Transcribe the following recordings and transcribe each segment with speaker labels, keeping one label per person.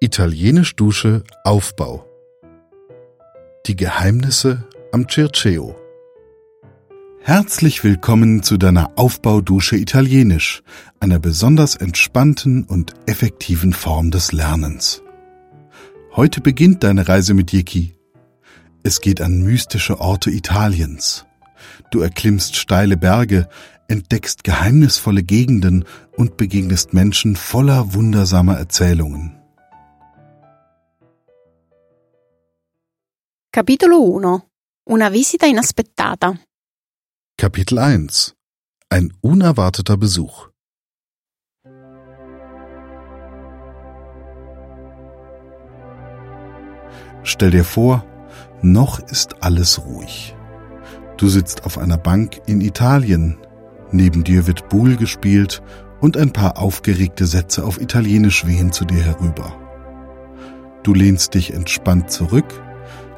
Speaker 1: Italienisch Dusche Aufbau. Die Geheimnisse am Circeo.
Speaker 2: Herzlich willkommen zu deiner Aufbaudusche Italienisch, einer besonders entspannten und effektiven Form des Lernens. Heute beginnt deine Reise mit Yiki. Es geht an mystische Orte Italiens. Du erklimmst steile Berge, entdeckst geheimnisvolle Gegenden und begegnest Menschen voller wundersamer Erzählungen.
Speaker 3: Capitolo 1. Una visita inaspettata.
Speaker 1: Kapitel 1. Ein unerwarteter Besuch.
Speaker 2: Stell dir vor, noch ist alles ruhig. Du sitzt auf einer Bank in Italien. Neben dir wird Boule gespielt und ein paar aufgeregte Sätze auf Italienisch wehen zu dir herüber. Du lehnst dich entspannt zurück,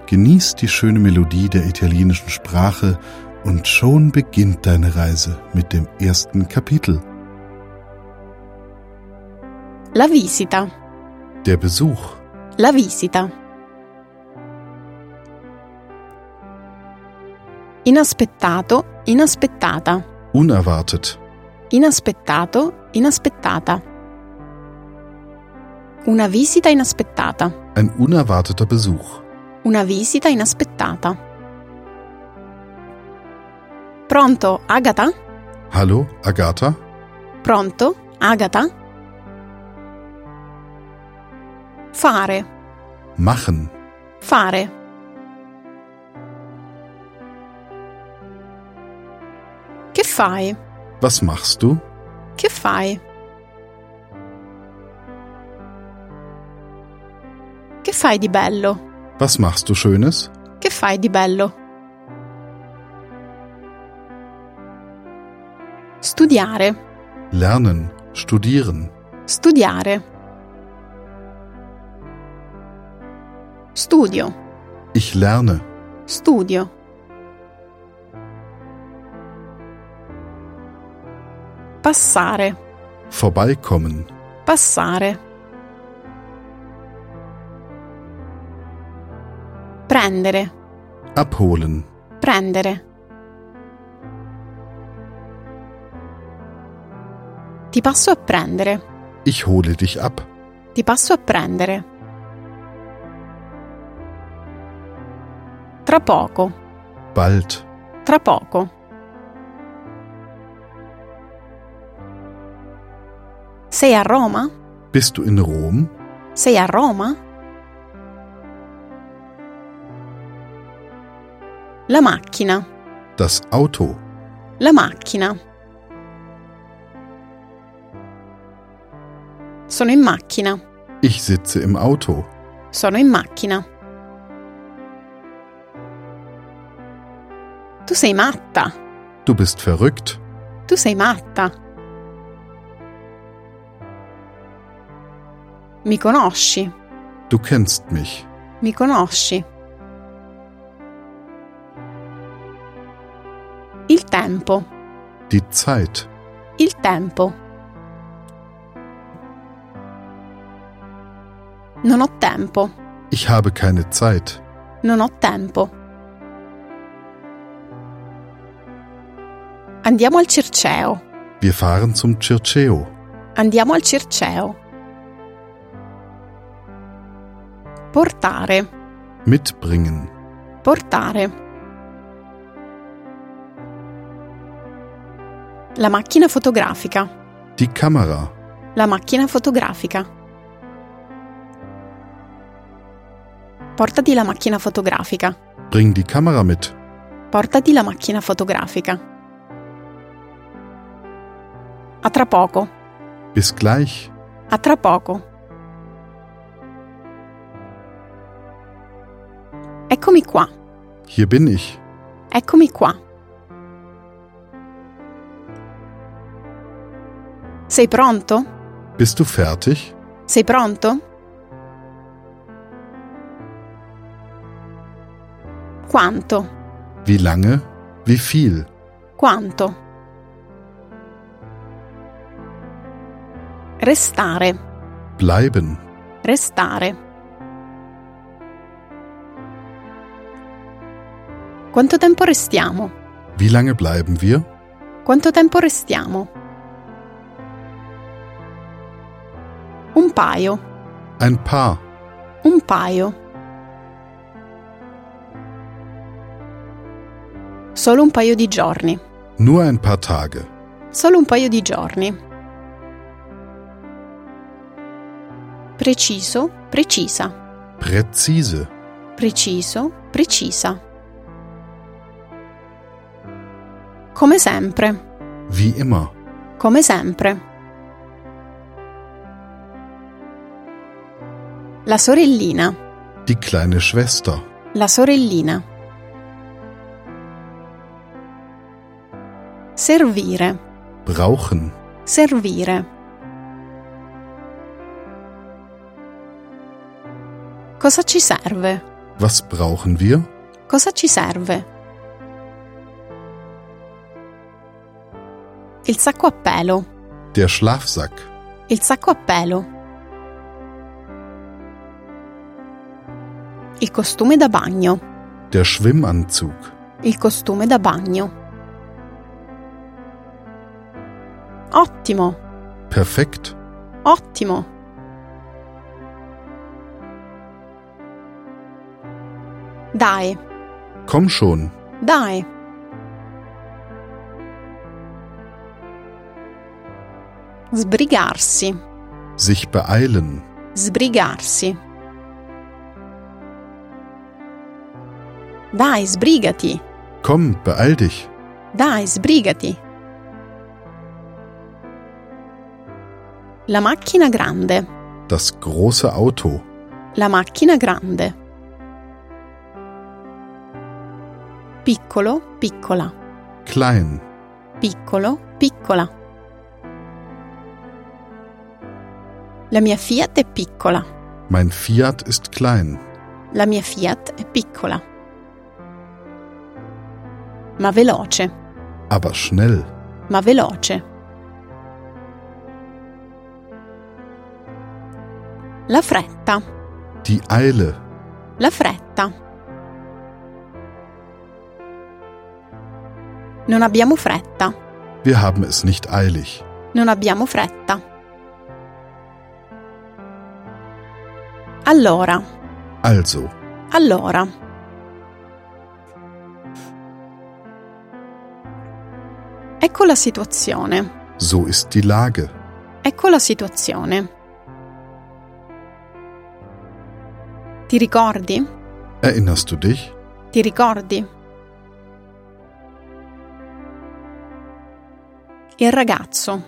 Speaker 2: genießt die schöne Melodie der italienischen Sprache und schon beginnt deine Reise mit dem ersten Kapitel,
Speaker 3: La visita.
Speaker 1: Der Besuch.
Speaker 3: La visita. Inaspettato, inaspettata.
Speaker 1: Unerwartet.
Speaker 3: Inaspettato, inaspettata. Una visita inaspettata.
Speaker 1: Ein unerwarteter Besuch.
Speaker 3: Una visita inaspettata. Pronto, Agata?
Speaker 1: Hallo, Agatha?
Speaker 3: Pronto, Agata? Fare,
Speaker 1: Machen.
Speaker 3: fare. Che fai?
Speaker 1: Was machst du?
Speaker 3: Che fai? Che fai di bello?
Speaker 1: Was machst du Schönes?
Speaker 3: Che fai di bello? Studiare,
Speaker 1: Lernen. Studieren.
Speaker 3: studiare. Studio,
Speaker 1: Ich lerne.
Speaker 3: studio. Passare,
Speaker 1: Vorbeikommen.
Speaker 3: passare. Prendere,
Speaker 1: Abholen.
Speaker 3: Prendere. Ti passo a prendere,
Speaker 1: Ich hole dich ab.
Speaker 3: ti passo a prendere. Tra poco,
Speaker 1: Bald.
Speaker 3: tra poco. Sei a Roma?
Speaker 1: Bist du in Rom?
Speaker 3: Sei a Roma? La macchina.
Speaker 1: Das Auto.
Speaker 3: La macchina. Sono in macchina.
Speaker 1: Ich sitze im Auto.
Speaker 3: Sono in macchina. Tu sei matta.
Speaker 1: Du bist verrückt.
Speaker 3: Tu sei matta. Mi conosci.
Speaker 1: Du kennst mich.
Speaker 3: Mi conosci. Il tempo.
Speaker 1: Die Zeit.
Speaker 3: Il tempo. Non ho tempo,
Speaker 1: Ich habe keine Zeit.
Speaker 3: non ho tempo. Andiamo al Circeo,
Speaker 1: Wir fahren zum Circeo.
Speaker 3: andiamo al Circeo. Portare,
Speaker 1: Mitbringen.
Speaker 3: portare. La macchina fotografica.
Speaker 1: Die Kamera.
Speaker 3: La macchina fotografica. Portati la macchina fotografica.
Speaker 1: Bring die Kamera mit.
Speaker 3: Portati la macchina fotografica. A tra poco.
Speaker 1: Bis gleich.
Speaker 3: A tra poco. Eccomi qua.
Speaker 1: Hier bin ich.
Speaker 3: Eccomi qua. Sei pronto?
Speaker 1: Bist du fertig?
Speaker 3: Sei pronto? Quanto?
Speaker 1: Wie lange? Wie viel?
Speaker 3: Quanto? Restare,
Speaker 1: Bleiben.
Speaker 3: Restare. Quanto tempo restiamo?
Speaker 1: Wie lange bleiben wir?
Speaker 3: Quanto tempo restiamo? Un paio,
Speaker 1: Ein Paar.
Speaker 3: un paio. Solo un paio di giorni,
Speaker 1: Nur ein paar Tage.
Speaker 3: solo un paio di giorni. Preciso, precisa.
Speaker 1: Präzise.
Speaker 3: Preciso, precisa. Come sempre,
Speaker 1: Wie immer.
Speaker 3: come sempre. La sorellina,
Speaker 1: Die kleine Schwester.
Speaker 3: la sorellina. Servire,
Speaker 1: Brauchen.
Speaker 3: servire. Cosa ci serve?
Speaker 1: Was brauchen wir?
Speaker 3: Cosa ci serve? Il sacco a pelo.
Speaker 1: Der Schlafsack.
Speaker 3: Il sacco a pelo. Il costume da bagno.
Speaker 1: Der Schwimmanzug.
Speaker 3: Il costume da bagno. Ottimo,
Speaker 1: Perfekt.
Speaker 3: ottimo. Dai,
Speaker 1: Komm schon.
Speaker 3: dai. Sbrigarsi,
Speaker 1: Sich beeilen.
Speaker 3: sbrigarsi. Dai, sbrigati,
Speaker 1: Komm, beeil dich.
Speaker 3: dai, sbrigati. La macchina grande,
Speaker 1: Das große Auto.
Speaker 3: la macchina grande. Piccolo, piccola.
Speaker 1: Klein.
Speaker 3: Piccolo, piccola. La mia Fiat è piccola.
Speaker 1: Mein Fiat ist klein.
Speaker 3: La mia Fiat è piccola. Ma veloce,
Speaker 1: Aber schnell.
Speaker 3: ma veloce. La fretta,
Speaker 1: Die Eile.
Speaker 3: la fretta. Non abbiamo fretta.
Speaker 1: Wir haben es nicht eilig.
Speaker 3: Non abbiamo fretta. Allora,
Speaker 1: Also.
Speaker 3: allora. Ecco la situazione,
Speaker 1: So ist die Lage.
Speaker 3: ecco la situazione. Ti ricordi?
Speaker 1: Erinnerst du dich?
Speaker 3: Ti ricordi? Il ragazzo.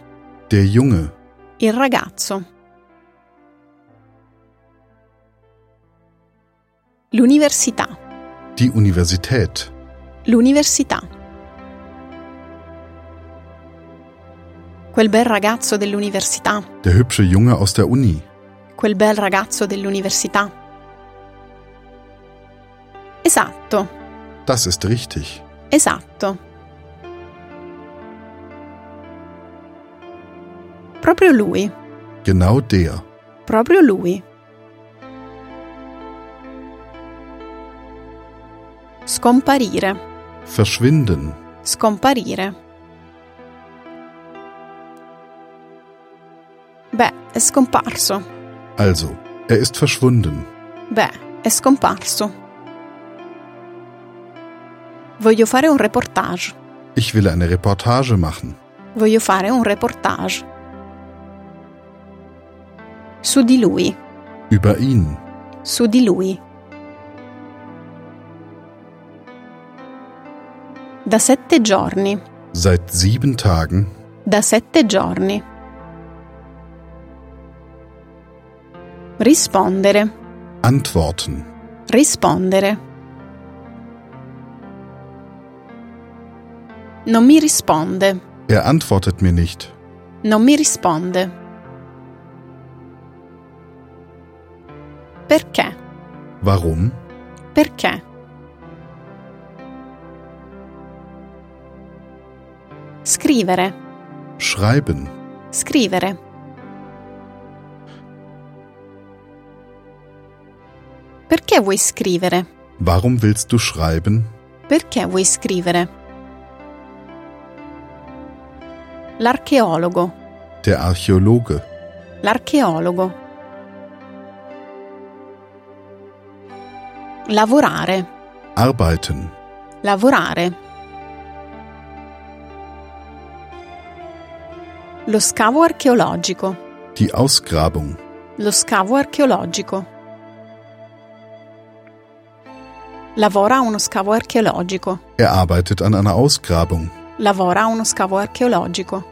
Speaker 1: Der Junge.
Speaker 3: Il ragazzo. L'università.
Speaker 1: Die Universität.
Speaker 3: L'università. Quel bel ragazzo dell'università.
Speaker 1: Der hübsche Junge aus der Uni.
Speaker 3: Quel bel ragazzo dell'università. Esatto,
Speaker 1: Das ist richtig.
Speaker 3: esatto. Proprio lui.
Speaker 1: Genau der.
Speaker 3: Proprio lui. Scomparire,
Speaker 1: Verschwinden.
Speaker 3: scomparire. Beh, è scomparso.
Speaker 1: Also. Er ist verschwunden.
Speaker 3: Beh, è scomparso. Voglio fare un reportage.
Speaker 1: Ich will eine Reportage machen.
Speaker 3: Voglio fare un reportage. Su di lui,
Speaker 1: Über ihn.
Speaker 3: su di lui. Da sette giorni,
Speaker 1: Seit sieben Tagen.
Speaker 3: da sette giorni. Rispondere,
Speaker 1: Antworten.
Speaker 3: rispondere. Non mi risponde.
Speaker 1: Er antwortet mir nicht.
Speaker 3: Non mi risponde. Perché?
Speaker 1: Warum?
Speaker 3: Perché? Scrivere,
Speaker 1: Schreiben.
Speaker 3: scrivere. Perché vuoi scrivere?
Speaker 1: Warum willst du schreiben?
Speaker 3: Perché vuoi scrivere? L'archeologo,
Speaker 1: Der Archäologe,
Speaker 3: l'archeologo. Lavorare,
Speaker 1: arbeiten,
Speaker 3: lavorare. Lo scavo archeologico,
Speaker 1: die Ausgrabung,
Speaker 3: lo scavo archeologico. Lavora a uno scavo archeologico.
Speaker 1: er arbeitet an einer Ausgrabung,
Speaker 3: lavora a uno scavo archeologico.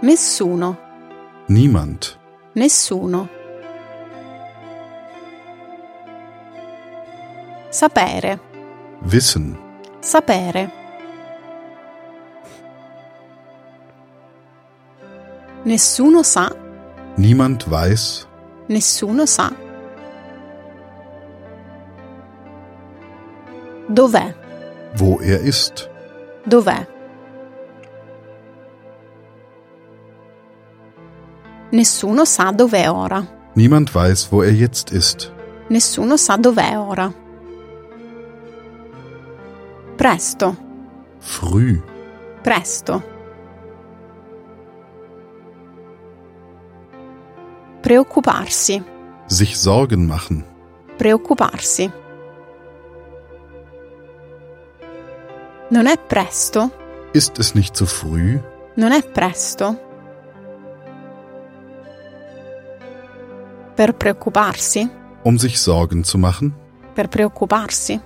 Speaker 3: Nessuno,
Speaker 1: niemand,
Speaker 3: nessuno. Sapere,
Speaker 1: Wissen,
Speaker 3: sapere. Nessuno sa,
Speaker 1: niemand weiß,
Speaker 3: nessuno sa. Dov'è,
Speaker 1: wo er ist,
Speaker 3: dov'è? Nessuno sa dov'è ora.
Speaker 1: niemand weiß, wo er jetzt ist,
Speaker 3: Nessuno sa dov'è ora. Presto,
Speaker 1: früh,
Speaker 3: presto. Preoccuparsi,
Speaker 1: sich Sorgen machen,
Speaker 3: preoccuparsi. Non è presto,
Speaker 1: ist es nicht zu früh,
Speaker 3: non è presto. Per preoccuparsi,
Speaker 1: um sich Sorgen zu machen?
Speaker 3: per preoccuparsi.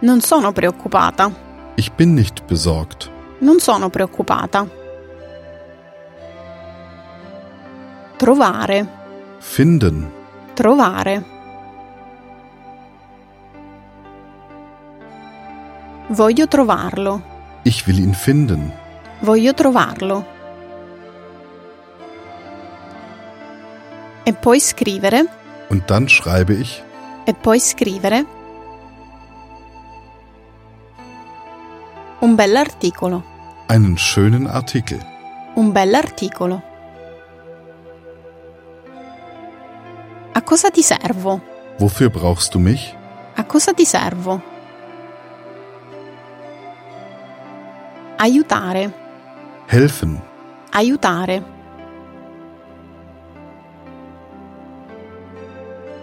Speaker 3: Non sono preoccupata,
Speaker 1: Ich bin nicht besorgt,
Speaker 3: non sono preoccupata. Trovare,
Speaker 1: finden,
Speaker 3: trovare. Voglio trovarlo,
Speaker 1: ich will ihn finden,
Speaker 3: voglio trovarlo. E poi scrivere,
Speaker 1: und dann schreibe ich,
Speaker 3: e poi scrivere un bell'articolo,
Speaker 1: einen schönen Artikel,
Speaker 3: un bell'articolo. A cosa ti servo?
Speaker 1: wofür brauchst du mich?
Speaker 3: A cosa ti servo? Aiutare,
Speaker 1: Helfen,
Speaker 3: aiutare.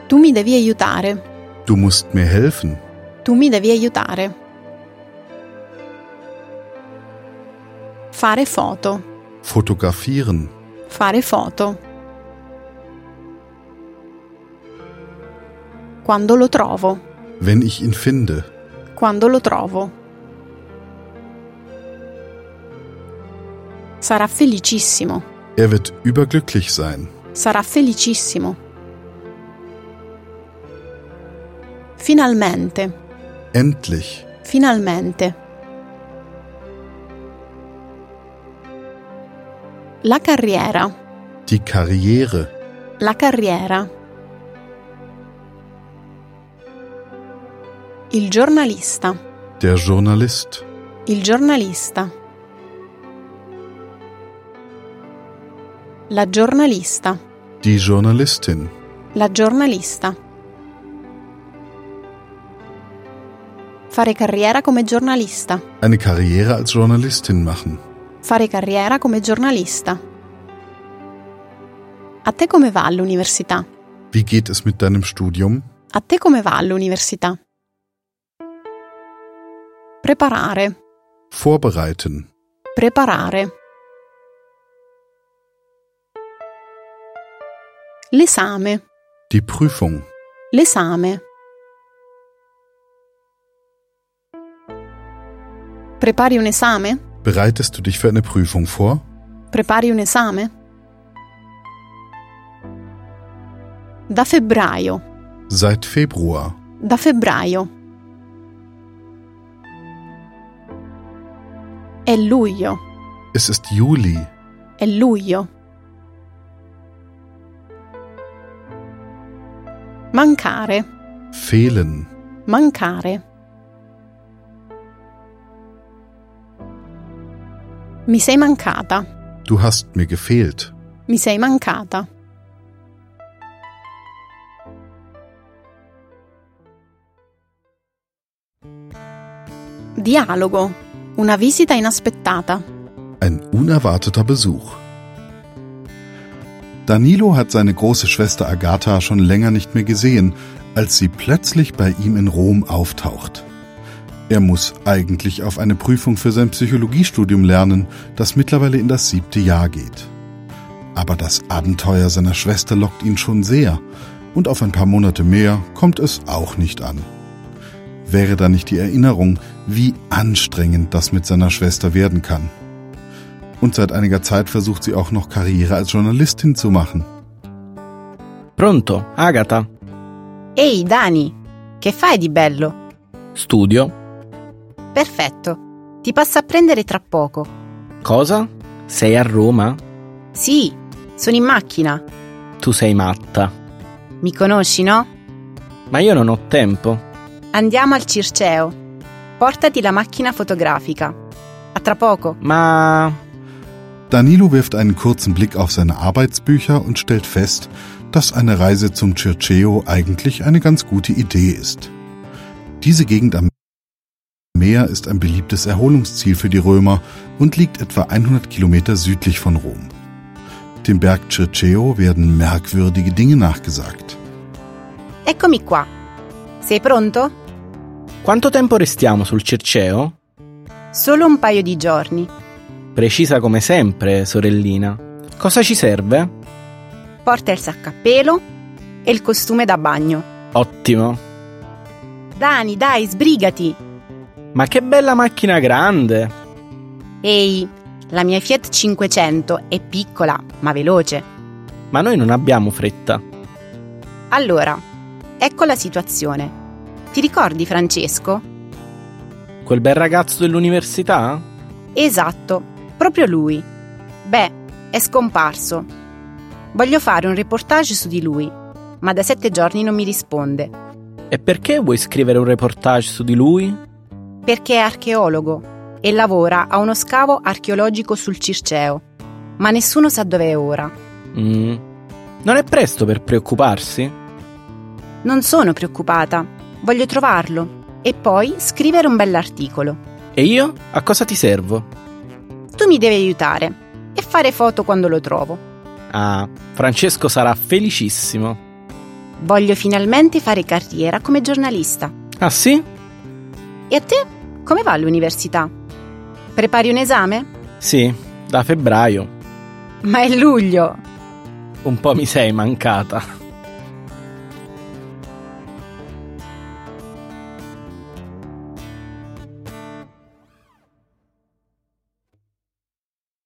Speaker 3: Tu mi devi aiutare.
Speaker 1: du musst mir helfen,
Speaker 3: Tu mi devi aiutare. Fare foto,
Speaker 1: fotografieren,
Speaker 3: fare foto. Quando lo trovo,
Speaker 1: wenn ich ihn finde,
Speaker 3: quando lo trovo. Sarà felicissimo,
Speaker 1: er wird überglücklich sein,
Speaker 3: sarà felicissimo. Finalmente.
Speaker 1: endlich,
Speaker 3: Finalmente. La carriera,
Speaker 1: die Karriere,
Speaker 3: la carriera. Il giornalista,
Speaker 1: der Journalist,
Speaker 3: il giornalista. La giornalista,
Speaker 1: die Journalistin,
Speaker 3: la giornalista. Fare carriera come giornalista.
Speaker 1: eine Karriere als Journalistin machen.
Speaker 3: Fare carriera come giornalista. A te come va all'università?
Speaker 1: Wie geht es mit deinem Studium?
Speaker 3: A te come va all'università? Preparare,
Speaker 1: Vorbereiten,
Speaker 3: preparare. L'esame,
Speaker 1: die Prüfung,
Speaker 3: l'esame. Prepari un esame?
Speaker 1: bereitest du dich für eine Prüfung vor?
Speaker 3: Prepari un esame? Da febbraio.
Speaker 1: Seit Februar,
Speaker 3: Da febbraio. È luglio,
Speaker 1: es ist Juli,
Speaker 3: è luglio. Mancare,
Speaker 1: fehlen,
Speaker 3: mancare. Mi sei mancata,
Speaker 1: du hast mir gefehlt,
Speaker 3: mi sei mancata. Dialogo. Una visita inaspettata.
Speaker 4: Ein unerwarteter Besuch.
Speaker 1: Danilo hat seine große Schwester Agatha schon länger nicht mehr gesehen, als sie plötzlich bei ihm in Rom auftaucht. Er muss eigentlich auf eine Prüfung für sein Psychologiestudium lernen, das mittlerweile in das siebte Jahr geht. Aber das Abenteuer seiner Schwester lockt ihn schon sehr, und auf ein paar Monate mehr kommt es auch nicht an. Wäre da nicht die Erinnerung, wie anstrengend das mit seiner Schwester werden kann. Und seit einiger Zeit versucht sie auch noch Karriere als Journalistin zu machen.
Speaker 5: Pronto, Agata.
Speaker 6: Ehi Dani, che fai di bello?
Speaker 5: Studio.
Speaker 6: Perfetto. Ti passo a prendere tra poco.
Speaker 5: Cosa? Sei a Roma?
Speaker 6: Sì, sono in macchina.
Speaker 5: Tu sei matta.
Speaker 6: Mi conosci, no?
Speaker 5: Ma io non ho tempo.
Speaker 6: Andiamo al Circeo. Portati la macchina fotografica. A tra poco.
Speaker 5: Ma...
Speaker 1: Danilo wirft einen kurzen Blick auf seine Arbeitsbücher und stellt fest, dass eine Reise zum Circeo eigentlich eine ganz gute Idee ist. Diese Gegend am Meer ist ein beliebtes Erholungsziel für die Römer und liegt etwa 100 Kilometer südlich von Rom. Dem Berg Circeo werden merkwürdige Dinge nachgesagt.
Speaker 6: Eccomi qua. Sei pronto?
Speaker 5: Quanto tempo restiamo sul Circeo?
Speaker 6: Solo un paio di giorni.
Speaker 5: Precisa come sempre, sorellina. Cosa ci serve?
Speaker 6: Porta il sacco a pelo e il costume da bagno.
Speaker 5: Ottimo.
Speaker 6: Dani, dai, sbrigati.
Speaker 5: Ma che bella macchina grande!
Speaker 6: Ehi, la mia Fiat 500 è piccola, ma veloce.
Speaker 5: Ma noi non abbiamo fretta.
Speaker 6: Allora, ecco la situazione. Ti ricordi Francesco?
Speaker 5: Quel bel ragazzo dell'università?
Speaker 6: Esatto, proprio lui. Beh, è scomparso. Voglio fare un reportage su di lui, ma da sette giorni non mi risponde,
Speaker 5: E perché vuoi scrivere un reportage su di lui?
Speaker 6: perché è archeologo e lavora a uno scavo archeologico sul Circeo. Ma nessuno sa dove è ora.
Speaker 5: Mm. Non è presto per preoccuparsi?
Speaker 6: Non sono preoccupata, voglio trovarlo e poi scrivere un bell'articolo.
Speaker 5: E io? A cosa ti servo?
Speaker 6: Tu mi devi aiutare e fare foto quando lo trovo.
Speaker 5: Ah, Francesco sarà felicissimo.
Speaker 6: Voglio finalmente fare carriera come giornalista.
Speaker 5: Ah sì?
Speaker 6: E a te? Come va all'università? Prepari un esame?
Speaker 5: Sì, da febbraio.
Speaker 6: Ma è luglio!
Speaker 5: Un po' mi sei mancata.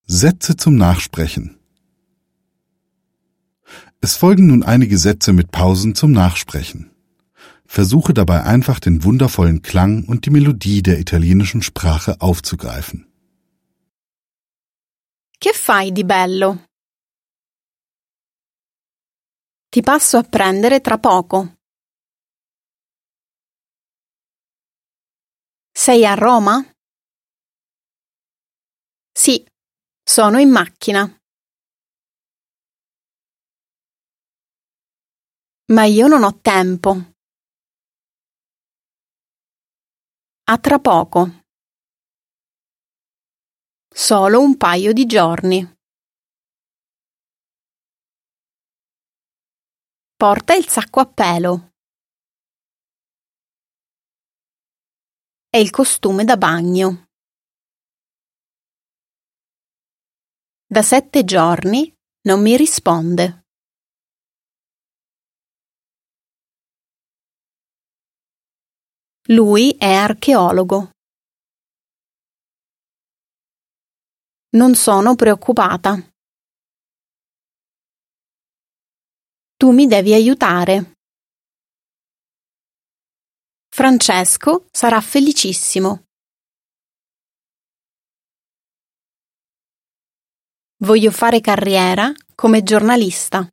Speaker 1: Sätze zum Nachsprechen. Es folgen nun einige Sätze mit Pausen zum Nachsprechen. Versuche dabei einfach den wundervollen Klang und die Melodie der italienischen Sprache aufzugreifen.
Speaker 3: Che fai di bello? Ti passo a prendere tra poco. Sei a Roma? Sì, sono in macchina. Ma io non ho tempo. A tra poco. Solo un paio di giorni. Porta il sacco a pelo. E il costume da bagno. Da sette giorni non mi risponde. Lui è archeologo. Non sono preoccupata. Tu mi devi aiutare. Francesco sarà felicissimo. Voglio fare carriera come giornalista.